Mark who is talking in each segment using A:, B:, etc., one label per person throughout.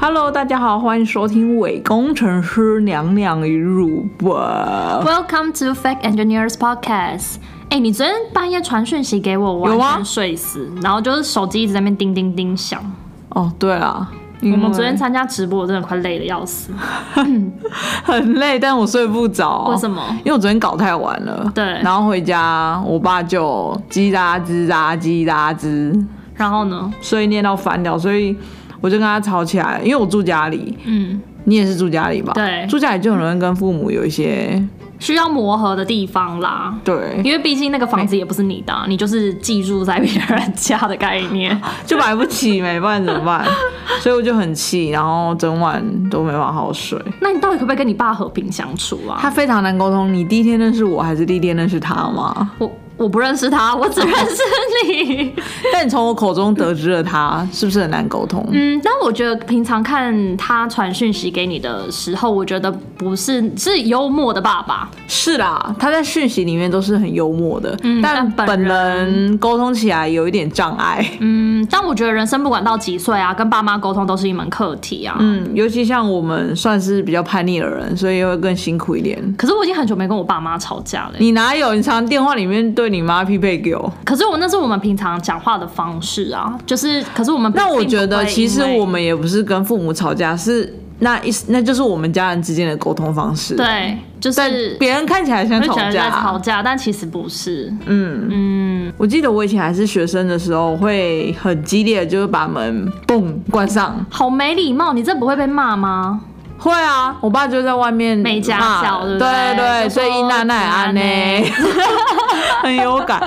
A: Hello，大家好，欢迎收听《伪工程师娘娘与乳伯》。
B: Welcome to Fact Engineers Podcast。哎、你昨天半夜传讯息给我，我
A: 有吗
B: 完全睡死，然后就是手机一直在那边叮叮叮响。
A: 哦，对啦，我
B: 我们昨天参加直播，我真的快累得要死。哦
A: 很累，但我睡不着。
B: 为什么
A: 因为我昨天搞太晚了。
B: 对
A: 然后回家，我爸就叽喳吱喳叽喳吱，
B: 然后呢？
A: 碎念到翻掉，所以我就跟他吵起来。因为我住家里，
B: 嗯，
A: 你也是住家里吧？
B: 对
A: 住家里就很容易跟父母有一些
B: 需要磨合的地方啦。
A: 对，
B: 因为毕竟那个房子也不是你的啊、你就是寄住在别人家的概念。
A: 就买不起，没办法怎么办？所以我就很气，然后整晚都没办法好好睡。
B: 那你到底可不可以跟你爸和平相处啊？
A: 他非常难沟通。你第一天认识我还是第一天认识他吗？
B: 我我不认识他，我只认识你。
A: 但你从我口中得知了他是不是很难沟通？
B: 嗯，但我觉得平常看他传讯息给你的时候，我觉得不是是幽默的爸爸，
A: 是啦，他在讯息里面都是很幽默的，
B: 嗯
A: 但本
B: 但本人
A: 人沟通起来有一点障碍。
B: 嗯，但我觉得人生不管到几岁啊，跟爸妈沟通都是一门课题啊。
A: 嗯，尤其像我们算是比较叛逆的人，所以会更辛苦一点。
B: 可是我已经很久没跟我爸妈吵架了欸、
A: 你哪有？你常电话里面对你妈匹配给我。
B: 可是我那是我们平常讲话的方式啊，就是可是我们
A: 那我
B: 并不
A: 觉得，
B: 会
A: 其实
B: 因为
A: 我们也不是跟父母吵架，是那一那就是我们家人之间的沟通方式。，
B: 对，就
A: 但
B: 是
A: 别人看起来像
B: 会
A: 吵
B: 觉得在
A: 架。啊嗯
B: 吵架，但其实不是。嗯
A: 我记得我以前还是学生的时候，会很激烈，的就是把门嘣关上。
B: 好没礼貌，你这不会被骂吗？
A: 会啊，我爸就在外面
B: 没家
A: 骂
B: 教
A: 对
B: 对不对
A: 对，
B: 就说
A: 所
B: 哦
A: 以娜娜也安呢，啊 很有感。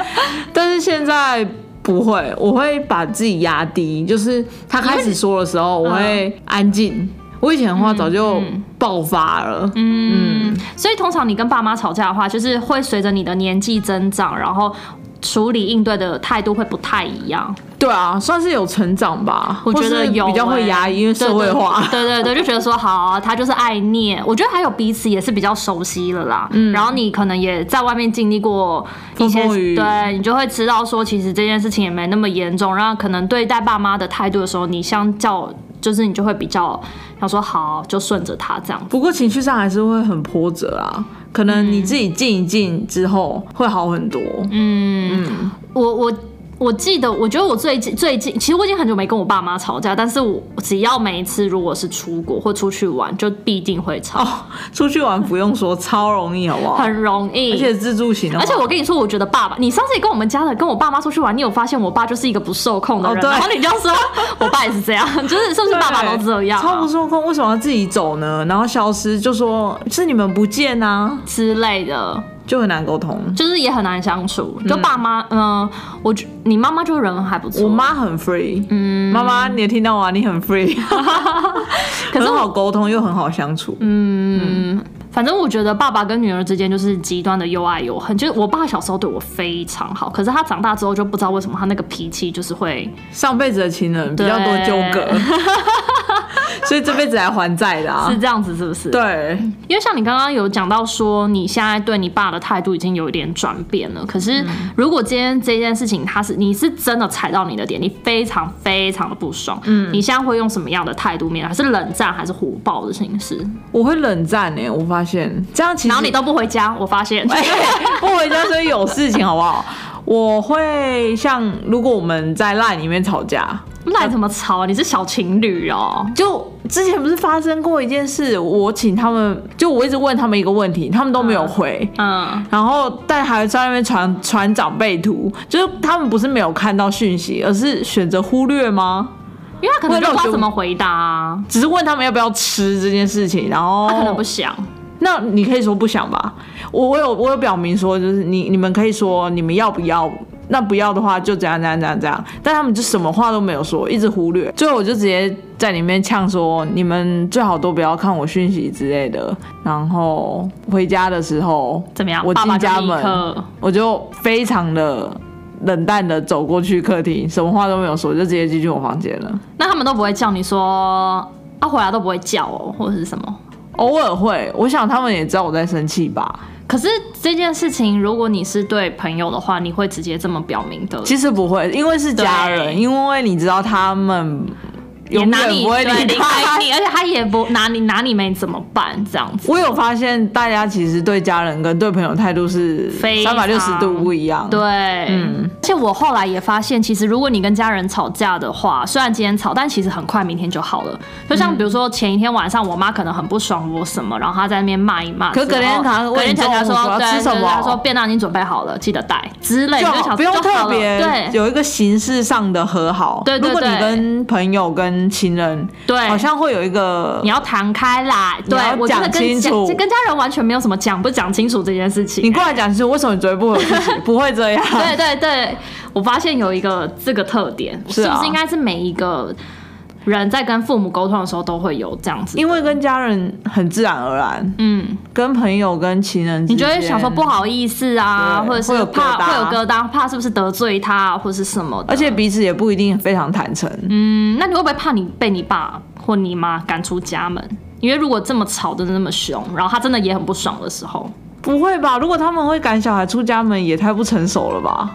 A: 但是现在不会，我会把自己压低，就是他开始说的时候，我会安静。我以前的话早就爆发了，
B: 嗯，所以通常你跟爸妈吵架的话，就是会随着你的年纪增长，然后处理应对的态度会不太一样。
A: 对啊，算是有成长吧。
B: 我觉
A: 或
B: 得
A: 是
B: 有、欸
A: 比较会压抑，因为社会化。
B: 对对对 对对，就觉得说好啊、他就是爱念。我觉得还有彼此也是比较熟悉了啦。嗯，然后你可能也在外面经历过一些
A: 风风雨雨
B: 对你就会知道说，其实这件事情也没那么严重。然后可能对待爸妈的态度的时候，你相较就是你就会比较想说好，就顺着他这样子。
A: 不过情绪上还是会很波折啊，可能你自己静一静之后会好很多。
B: 嗯
A: 嗯
B: 我我我记得，我觉得我最近最近，其实我已经很久没跟我爸妈吵架，但是我只要每一次如果是出国或出去玩，就必定会吵，
A: 哦，出去玩不用说，超容易，好不好？
B: 很容易。
A: 而且自助型的话，
B: 而且我跟你说，我觉得爸爸，你上次也跟我们家的跟我爸妈出去玩，你有发现我爸就是一个不受控的
A: 哦
B: 人，
A: 对
B: 然后你就说我爸也是这 样，就是是不是
A: 对
B: 爸爸都这样、
A: 超
B: 啊
A: 不、受控，为什么要自己走呢？然后消失，就说是你们不见啊，
B: 之类的，
A: 就很难沟通。
B: 就是也很难相处。就爸妈，嗯，我觉你妈妈就人还不错，啊
A: 我妈很 free，嗯，妈妈你也听到吗？你很 free，
B: 可
A: 很
B: 是我嗯
A: 好沟通又很好相处，
B: 反正我觉得爸爸跟女儿之间就是极端的又爱又恨。就是我爸小时候对我非常好，可是他长大之后就不知道为什么他那个脾气就是会
A: 上辈子的情人比较多
B: 对
A: 纠葛， 所以这辈子来还债的啊
B: 是。这样子，是不是？，
A: 对，
B: 因为像你刚刚有讲到说，你现在对你爸的态度已经有一点转变了。可是如果今天这件事情他是你是真的踩到你的点，你非常非常的不爽，嗯，你现在会用什么样的态度面对？还是冷战，还是火爆的形式？
A: 我会冷战哎、我发现这样其实
B: 然后你都不回家，我发现。
A: 不回家，所以有事情好不 好？我会像如果我们在 LINE 里面吵架，
B: 赖怎么吵啊？你是小情侣哦、
A: 就之前不是发生过一件事，我请他们，就我一直问他们一个问题，他们都没有回。
B: 嗯，
A: 然后，但还在那边传传长辈图，就是他们不是没有看到讯息，而是选择忽略吗？
B: 因为他可能就不知道怎么回答、啊，
A: 只是问他们要不要吃这件事情，然后
B: 他可能不想。
A: 那你可以说不想吧，我我有我有表明说，就是你你们可以说你们要不要，那不要的话就怎样怎样怎样怎样，但他们就什么话都没有说，一直忽略。最后我就直接在里面呛说，你们最好都不要看我讯息之类的。然后回家的时候
B: 怎么样？
A: 我
B: 爸爸
A: 进
B: 就
A: 家
B: 立
A: 门，
B: 刻
A: 我就非常的冷淡的走过去客厅，什么话都没有说，就直接进去我房间了。
B: 那他们都不会叫你说啊，回来都不会叫哦，或者是什么。
A: 偶尔会，我想他们也知道我在生气吧。
B: 可是这件事情，如果你是对朋友的话，你会直接这么表明的。
A: 其实不会，因为是家
B: 对
A: 人，因为你知道他们
B: 也
A: 永
B: 拿
A: 远
B: 你
A: 不会
B: 对
A: 理
B: 离
A: 他
B: 开。你，而且他也不拿你拿你没怎么办这样子。
A: 我有发现，大家其实对家人跟对朋友态度是
B: 非
A: 三
B: 常
A: 百六十度不一样。
B: 对，
A: 嗯
B: 而且我后来也发现，其实如果你跟家人吵架的话，虽然今天吵，但其实很快明天就好了。就像
A: 嗯
B: 比如说前一天晚上，我妈可能很不爽我什么，然后她在那边骂一骂
A: 可
B: 之后，
A: 是隔天她
B: 隔天
A: 问你
B: 她
A: 中午
B: 说
A: 要吃
B: 对
A: 什么
B: 对她说便当已经准备好了，记得带之类，
A: 就
B: 你就想
A: 好
B: 说
A: 不用
B: 就
A: 特
B: 好了
A: 别
B: 对
A: 有一个形式上的和好。
B: 对对
A: 如果你
B: 对
A: 跟朋友、跟情人，
B: 对，
A: 好像会有一个
B: 你要谈开来，对
A: 要
B: 我觉得
A: 讲
B: 跟
A: 清
B: 家
A: 楚
B: 跟家人完全没有什么讲不讲清楚这件事情、
A: 你过来讲清楚，为什么你昨天不回我讯 息？不会这样。
B: 对对对，我发现有一个这个特点，
A: 是啊
B: 不是应该是每一个人在跟父母沟通的时候都会有这样子？
A: 因为跟家人很自然而然，
B: 嗯，
A: 跟朋友、跟情人之
B: 你
A: 间，
B: 就会想说不好意思啊，
A: 对
B: 或者
A: 会
B: 是
A: 有
B: 怕
A: 疙瘩
B: 会有疙瘩，怕是不是得罪他啊或是什么的？
A: 而且彼此也不一定非常坦诚。
B: 嗯，那你会不会怕你被你爸或你妈赶出家门？因为如果这么吵的那么凶，然后他真的也很不爽的时候，
A: 不会吧？如果他们会赶小孩出家门，也太不成熟了吧？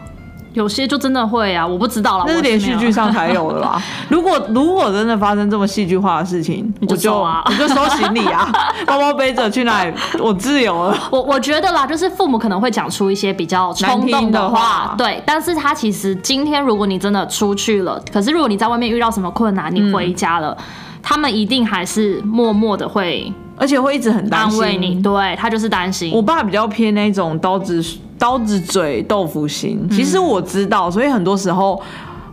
B: 有些就真的会啊，我不知道了。
A: 那是
B: 我没
A: 连
B: 有
A: 续剧上才有的吧？ 如果如果真的发生这么戏剧化的事情，
B: 你就
A: 我就
B: 收啊
A: 我就收行李 啊，包包背着去哪里，我自由了。
B: 我我觉得啦，就是父母可能会讲出一些比较冲
A: 难
B: 动
A: 听的话
B: 话，对。但是他其实今天如果你真的出去了，可是如果你在外面遇到什么困难，
A: 嗯
B: 你回家了，他们一定还是默默的会
A: 而且会一直很担
B: 安
A: 心
B: 慰你，。对他就是担心。
A: 我爸比较偏那种刀子刀子嘴豆腐
B: 嗯
A: 心，其实我知道，所以很多时候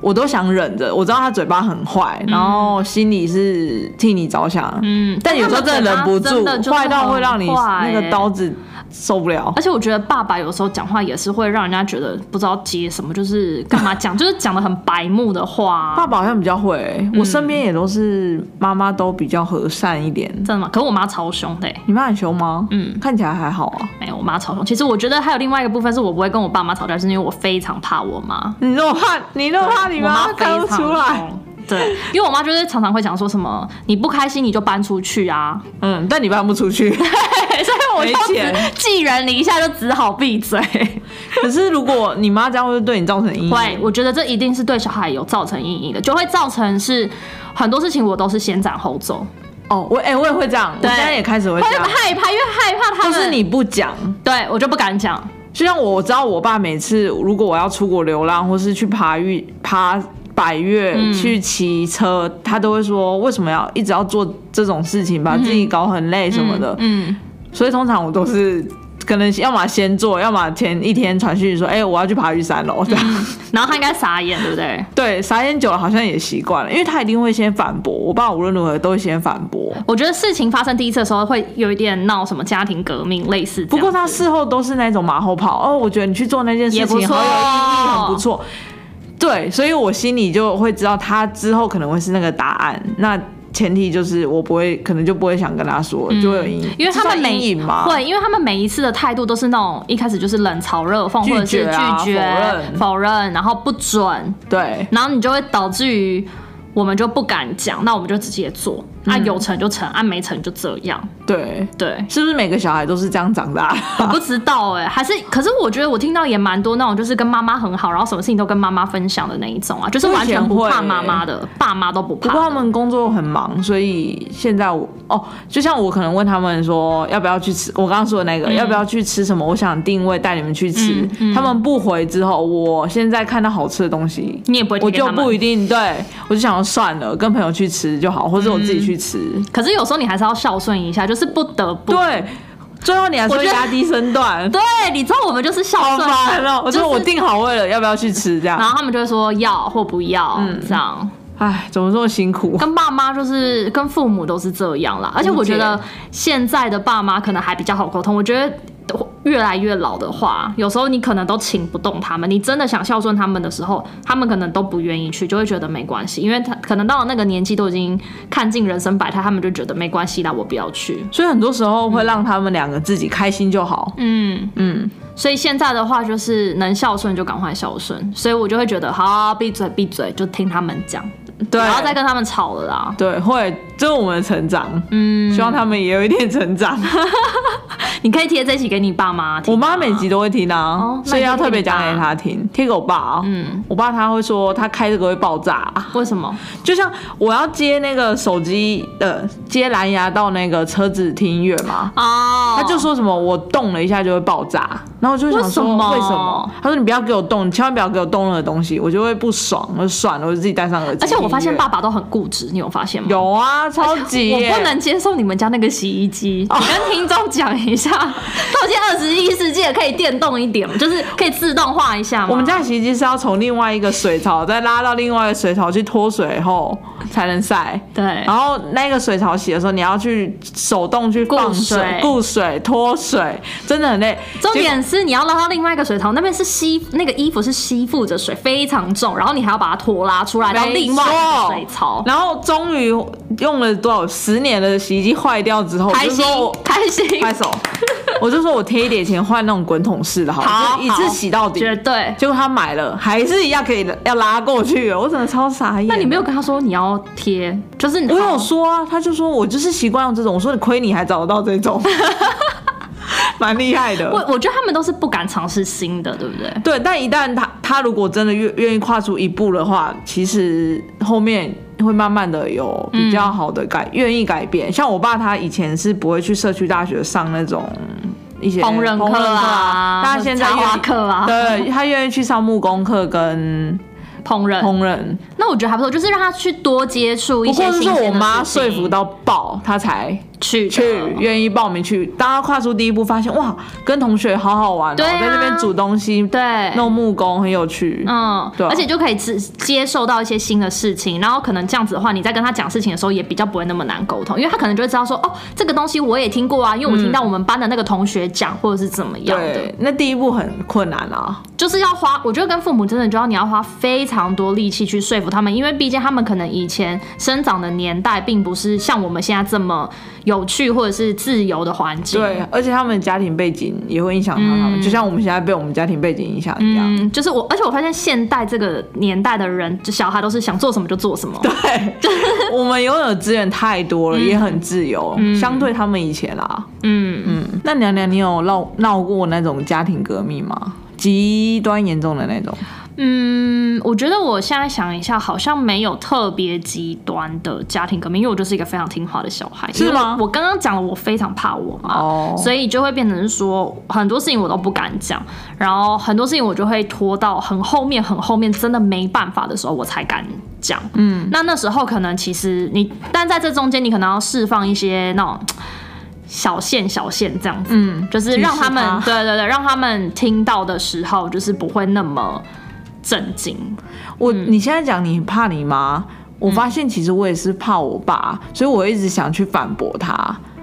A: 我都想忍着。我知道他嘴巴很坏，然后心里是替你着想，
B: 嗯，
A: 但有时候真的忍不
B: 他们
A: 住
B: 的嘴巴真的，就是
A: 坏到会让你
B: 很
A: 那
B: 坏
A: 个
B: 欸
A: 刀子受不了。
B: 而且我觉得爸爸有时候讲话也是会让人家觉得不知道接什么，就是干嘛讲， 就是讲的很白目的话。
A: 爸爸好像比较会欸、
B: 嗯
A: 我身边也都是妈妈都比较和善一点。
B: 真的吗？可是我妈超凶的、欸，
A: 你妈很凶吗？
B: 嗯，
A: 看起来还好啊。
B: 没有我妈超凶。其实我觉得还有另外一个部分是我不会跟我爸妈吵架，是因为我非常怕我妈。
A: 你那么怕，你那么怕你
B: 我
A: 妈
B: 非
A: 看不
B: 常
A: 出来。
B: 凶。对，因为我妈就是常常会讲说什么你不开心你就搬出去啊，哎
A: 嗯，但你搬不出去。
B: 所以我
A: 没
B: 就
A: 钱
B: 只寄人篱下，就只好闭嘴。
A: 可是如果你妈这样，会对你造成阴影。
B: 会，我觉得这一定是对小孩有造成阴影的，就会造成是很多事情我都是先斩后奏，
A: 哦，我哎、我也会这样，我
B: 对
A: 现在也开始会
B: 会
A: 这样。
B: 害怕，因为害怕他
A: 就
B: 们
A: 是你不讲，
B: 对我就不敢讲，
A: 就像我知道我爸每次如果我要出国流浪，或是去爬玉爬百越、
B: 嗯
A: 去骑车，他都会说为什么要一直要做这种事情，把自己搞很累什么的。
B: 嗯，
A: 所以通常我都是可能要么先做，要么前一天传讯息说，哎、我要去爬玉山喽。这样、
B: 然后他应该傻眼，对不对？
A: 对，傻眼久了好像也习惯了，因为他一定会先反驳，我爸无论如何都会先反驳。
B: 我觉得事情发生第一次的时候会有一点闹什么家庭革命类似这
A: 不
B: 样，
A: 过他事后都是那种马后炮，哦，我觉得你去做那件事
B: 也不
A: 情
B: 错
A: 好有意义，很不错。对，所以我心里就会知道他之后可能会是那个答案。那前提就是我不会，可能就不会想跟他说，就会有阴影，
B: 嗯因为他
A: 这
B: 们
A: 算
B: 每
A: 阴影嘛，
B: 会，因为他们每一次的态度都是那种一开始就是冷嘲热讽，
A: 拒
B: 或者是
A: 绝啊
B: 拒绝、
A: 否认
B: 否认，然后不准，
A: 对，
B: 然后你就会导致于我们就不敢讲，那我们就直接做，啊有成就成，啊没成就这样，
A: 对，
B: 对。
A: 是不是每个小孩都是这样长 大？
B: 我不知道哎、还是可是我觉得我听到也蛮多那种就是跟妈妈很好，然后什么事情都跟妈妈分享的那一种啊，就是
A: 我以
B: 完
A: 前
B: 全不
A: 会
B: 怕
A: 欸
B: 妈妈的，爸妈都不
A: 不过
B: 怕
A: 他
B: 的。
A: 们工作很忙，所以现在我哦，就像我可能问他们说要不要去吃，我刚刚说的那个、
B: 嗯
A: 要不要去吃什么，我想定位带你们去吃。他们不回之后，我现在看到好吃的东西，
B: 你也不会
A: 我
B: 贴给
A: 就
B: 他们
A: 不一定对，我就想说算了，跟朋友去吃就好，或者我自己
B: 嗯
A: 去吃。
B: 可是有时候你还是要孝顺一下，就是不得不。
A: 对，最后你还说
B: 我觉得
A: 压低身段，
B: 对，你知道我们就是孝
A: 好
B: 顺，
A: 烦哦、我
B: 就
A: 说我
B: 是
A: 定好位了，要不要去吃这
B: 然
A: 样？
B: 后他们就会说要或不要，这样。
A: 哎，怎么这么辛苦？
B: 跟爸妈就是跟父母都是这样啦，而且我觉得现在的爸妈可能还比较好沟通。我觉得越来越老的话，有时候你可能都请不动他们，你真的想孝顺他们的时候，他们可能都不愿意去，就会觉得没关系，因为他可能到了那个年纪都已经看尽人生百态，他们就觉得没关系啦，我不要去。
A: 所以很多时候会让他们两个自己开心就好。
B: 嗯
A: 嗯
B: 嗯，所以现在的话就是能孝顺就赶快孝顺，所以我就会觉得好闭嘴闭嘴，就听他们讲。
A: 对
B: 然后嗯再跟他们吵了啦。
A: 对，会这是我们的成长，嗯， 希望他们也有一点成 长。
B: 你可以贴这一集给你爸妈听啊。
A: 我妈每集都会听啊，
B: 哦
A: 所以要特别讲给她听，贴给我爸啊。
B: 嗯，
A: 我爸他会说他开这个会爆炸啊、
B: 为什么？
A: 就像我要接那个手机呃接蓝牙到那个车子听音乐嘛，
B: 哦，
A: 他就说什么我动了一下就会爆炸，然后我就想说
B: 为什么
A: 为什么？他说你不要给我动，你千万不要给我动那个东西，我就会不爽，我就算了，我就自己戴上耳机。
B: 而且我发现爸爸都很固执，你有发现吗？
A: 有啊，超级耶哦
B: 我不能接受你们家那个洗衣机，你跟听众讲一下， 到现在二十一世纪了可以电动一点吗，就是可以自动化一下吗？
A: 我们家的洗衣机是要从另外一个水槽再拉到另外一个水槽去脱水后才能晒。
B: 对，
A: 然后那个水槽洗的时候，你要去手动去放水、
B: 顾
A: 固水、脱水，真的很累。
B: 重
A: 结果
B: 点是你要拉到另外一个水槽，那边是吸那个衣服是吸附着水，非常重，然后你还要把它拖拉出来到另外一个水槽。
A: 然后终于用了多少十年的洗衣机坏掉之后，我
B: 开
A: 就
B: 心
A: 说我
B: 开心，
A: 拍 手，我就说我贴一点钱换那种滚筒式的好了，
B: 好
A: 就一次洗到底。
B: 绝对。
A: 结果他买了，还是一样可以要拉过去，我真的超傻眼。
B: 那你没有跟他说你要贴，就是你
A: 我有说啊，他就说我就是习惯用这种。我说你亏你还找得到这 种，蛮厉害的。
B: 我我觉得他们都是不敢尝试新的，对不对？
A: 对，但一旦他他如果真的愿愿意跨出一步的话，其实后面会慢慢的有比较好的改，愿、意改变。像我爸他以前是不会去社区大学上那种一些
B: 烹饪课
A: 课
B: 啊
A: 但他现在
B: 插
A: 愿
B: 花
A: 意
B: 课啊
A: 对他愿意去上木工课跟
B: 烹饪，
A: 烹 饪。
B: 那我觉得还不错，就是让他去多接触一
A: 不
B: 些
A: 过
B: 新
A: 就
B: 鲜
A: 是
B: 的
A: 我妈
B: 事
A: 说
B: 情
A: 服到爆，他才
B: 去嗯的
A: 去愿意报名去。当他跨出第一步，发现哇，跟同学好好玩、哦，
B: 对啊
A: 在那边煮东西，
B: 对，
A: 弄木工很有趣。
B: 嗯，
A: 对啊
B: 而且就可以接接受到一些新的事情，然后可能这样子的话，你在跟他讲事情的时候也比较不会那么难沟通，因为他可能就会知道说，哦，这个东西我也听过啊，因为我听到我们班的那个同学讲，或者是怎么样的，
A: 对，那第一步很困难啊。
B: 就是要花，我觉得跟父母真的就要你要花非常多力气去说服他们，因为毕竟他们可能以前生长的年代并不是像我们现在这么有趣或者是自由的环境，
A: 对，而且他们的家庭背景也会影响到他们，就像我们现在被我们家庭背景影响一样。
B: 嗯，就是我，而且我发现现代这个年代的人，就小孩都是想做什么就做什么。
A: 对，我们拥有的资源太多了，也很自由，相对他们以前啦。
B: 嗯，
A: 嗯，那娘娘，你有闹闹过那种家庭革命吗？极端严重的那种，
B: 嗯，我觉得我现在想一下，好像没有特别极端的家庭革命，因为我就是一个非常听话的小孩。
A: 是吗
B: 因为我我刚刚讲了，我非常怕我妈，
A: 哦
B: 所以就会变成是说很多事情我都不敢讲，然后很多事情我就会拖到很后面、很后面，真的没办法的时候我才敢讲。嗯，那那时候可能其实你，但在这中间你可能要释放一些那种。小线小线这样子，
A: 嗯
B: 就是让他们
A: 提示他
B: 对对对，让他们听到的时候，就是不会那么震惊。
A: 我、你现在讲你怕你妈，我发现其实我也是怕我爸，所以我一直想去反驳他。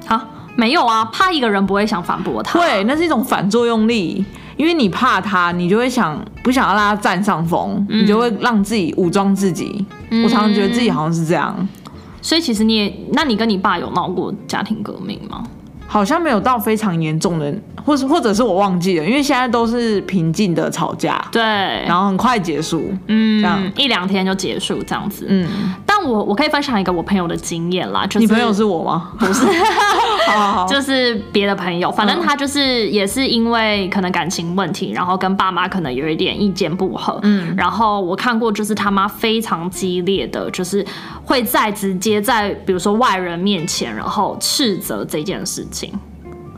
B: 啊，没有啊，怕一个人不会想反驳他。
A: 对，那是一种反作用力，因为你怕他，你就会想不想要让他占上风，
B: 嗯
A: 你就会让自己武装自己。我常常觉得自己好像是这样，
B: 所以其实你也，那你跟你爸有闹过家庭革命吗？
A: 好像没有到非常严重的，或是或者是我忘记了，因为现在都是平静的吵架，
B: 对，
A: 然后很快结束。
B: 嗯，
A: 这样
B: 一两天就结束这样子。
A: 嗯，
B: 但我我可以分享一个我朋友的经验啦，就是
A: 你朋友是我吗？不 是，好好好，
B: 就是别的朋友，反正他就是也是因为可能感情问题，然后跟爸妈可能有一点意见不合，嗯，然后我看过就是他妈非常激烈的，就是会在直接在比如说外人面前，然后斥责这件事情，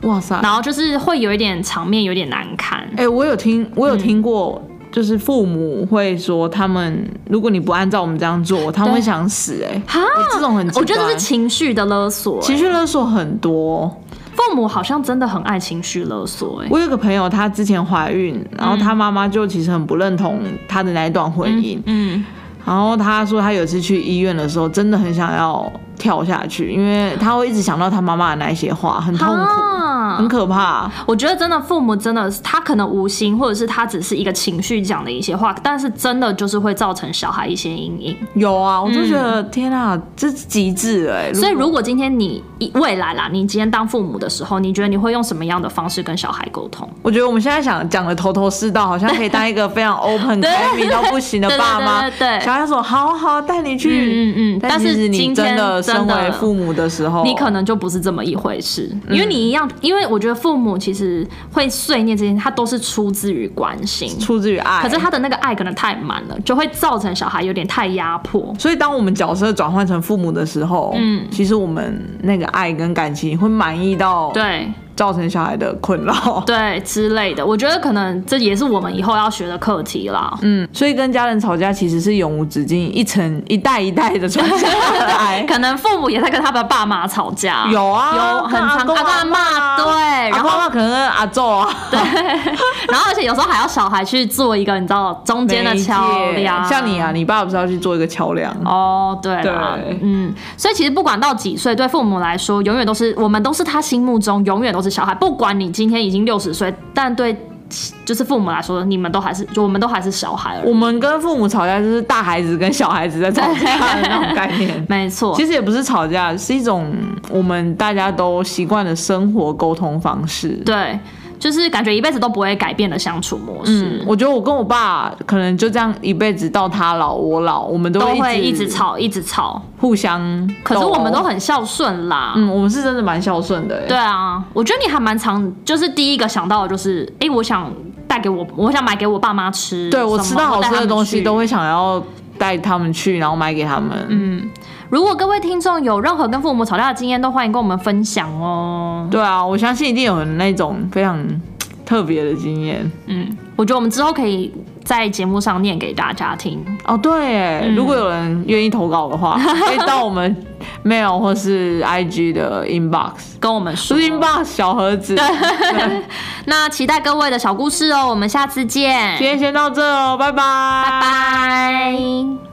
A: 哇塞，
B: 然后就是会有一点场面有点难堪，
A: 哎、我有听，我有听过，
B: 嗯
A: 就是父母会说他们，如果你不按照我们这样做，他们会想死、哎，
B: 哈
A: 哎这种很极端，
B: 啊我欸觉得这是情绪的勒索、欸
A: 情绪勒索很多。
B: 父母好像真的很爱情绪勒索、哎，
A: 我有个朋友，她之前怀孕，然后她妈妈就其实很不认同她的那一段婚姻，
B: 嗯，
A: 然后她说她有一次去医院的时候，真的很想要跳下去，因为她会一直想到她妈妈的那一些话，很痛苦。
B: 啊啊
A: 很。可怕。
B: 我觉得真的，父母真的，他可能无心，或者是他只是一个情绪讲的一些话，但是真的就是会造成小孩一些阴影。
A: 有啊，我就觉得、天啊，这是极致哎、欸。
B: 所以，如果今天你一未来啦，你今天当父母的时候，你觉得你会用什么样的方式跟小孩沟通？
A: 我觉得我们现在想讲的头头是道，好像可以当一个非常 open 开明到不行的爸妈。
B: 对对对对
A: 小孩说好好带你去，
B: 嗯嗯嗯
A: 但
B: 但是
A: 其实你
B: 今
A: 真
B: 天
A: 的身
B: 真的
A: 为父母的时候，
B: 你可能就不是这么一回事，因为你一样，因为我觉得父母其实会碎念这些，他都是出自于关心，
A: 出自于爱，
B: 可是他的那个爱可能太满了，就会造成小孩有点太压迫。
A: 所以，当我们角色转换成父母的时候，嗯，其实我们那个爱跟感情会满意到
B: 对
A: 造成小孩的困扰。
B: 对之类的，我觉得可能这也是我们以后要学的课题啦。
A: 嗯，所以跟家人吵架其实是永无止境，一层一代一代的传下来。
B: 可能父母也在跟他的爸妈吵架，
A: 有啊，
B: 有很
A: 跟阿
B: 常
A: 公
B: 阿公阿
A: 嬷啊
B: 嬷对，
A: 阿
B: 然
A: 公
B: 后
A: 阿嬷可能跟阿昼啊，
B: 然后而且有时候还要小孩去做一个你知道中间的桥梁，
A: 像你啊，你爸不是要去做一个桥梁？
B: 哦，对啦，
A: 对
B: 嗯，所以其实不管到几岁，对父母来说，永远都是我们都是他心目中永远都是小孩。不管你今天已经六十岁，但对就是父母来说，你们都还是就我们都还是小孩而已。。
A: 我们跟父母吵架就是大孩子跟小孩子在吵架的那种概念
B: 没错，
A: 嗯其实也不是吵架，是一种我们大家都习惯的生活沟通方式。
B: 对，就是感觉一辈子都不会改变的相处模式，
A: 嗯，我觉得我跟我爸可能就这样一辈子到他老我老，我们都
B: 都
A: 会
B: 会一
A: 直
B: 直，吵，一直吵。
A: 互相斗。
B: 可是我们都很孝顺啦。
A: 嗯，我们是真的蛮孝顺的欸。
B: 对啊，我觉得你还蛮常，就是第一个想到的就是，哎、我想带给我，我想买给我爸妈吃什么，
A: 对我吃到好吃
B: 带他
A: 的
B: 们
A: 东西
B: 去
A: 都会想要带他们去，然后买给他们。嗯，
B: 如果各位听众有任何跟父母吵架的经验，都欢迎跟我们分享哦。
A: 对啊，我相信一定有人那种非常特别的经验。
B: 我觉得我们之后可以在节目上念给大家听。
A: 哦，对耶，
B: 嗯
A: 如果有人愿意投稿的 话，可以到我们 mail 或是 IG 的 inbox，
B: 跟我们说
A: 不，是 inbox 小盒子。
B: 那期待各位的小故事哦，我们下次见，
A: 今天先到这哦，拜拜，拜
B: 拜。拜。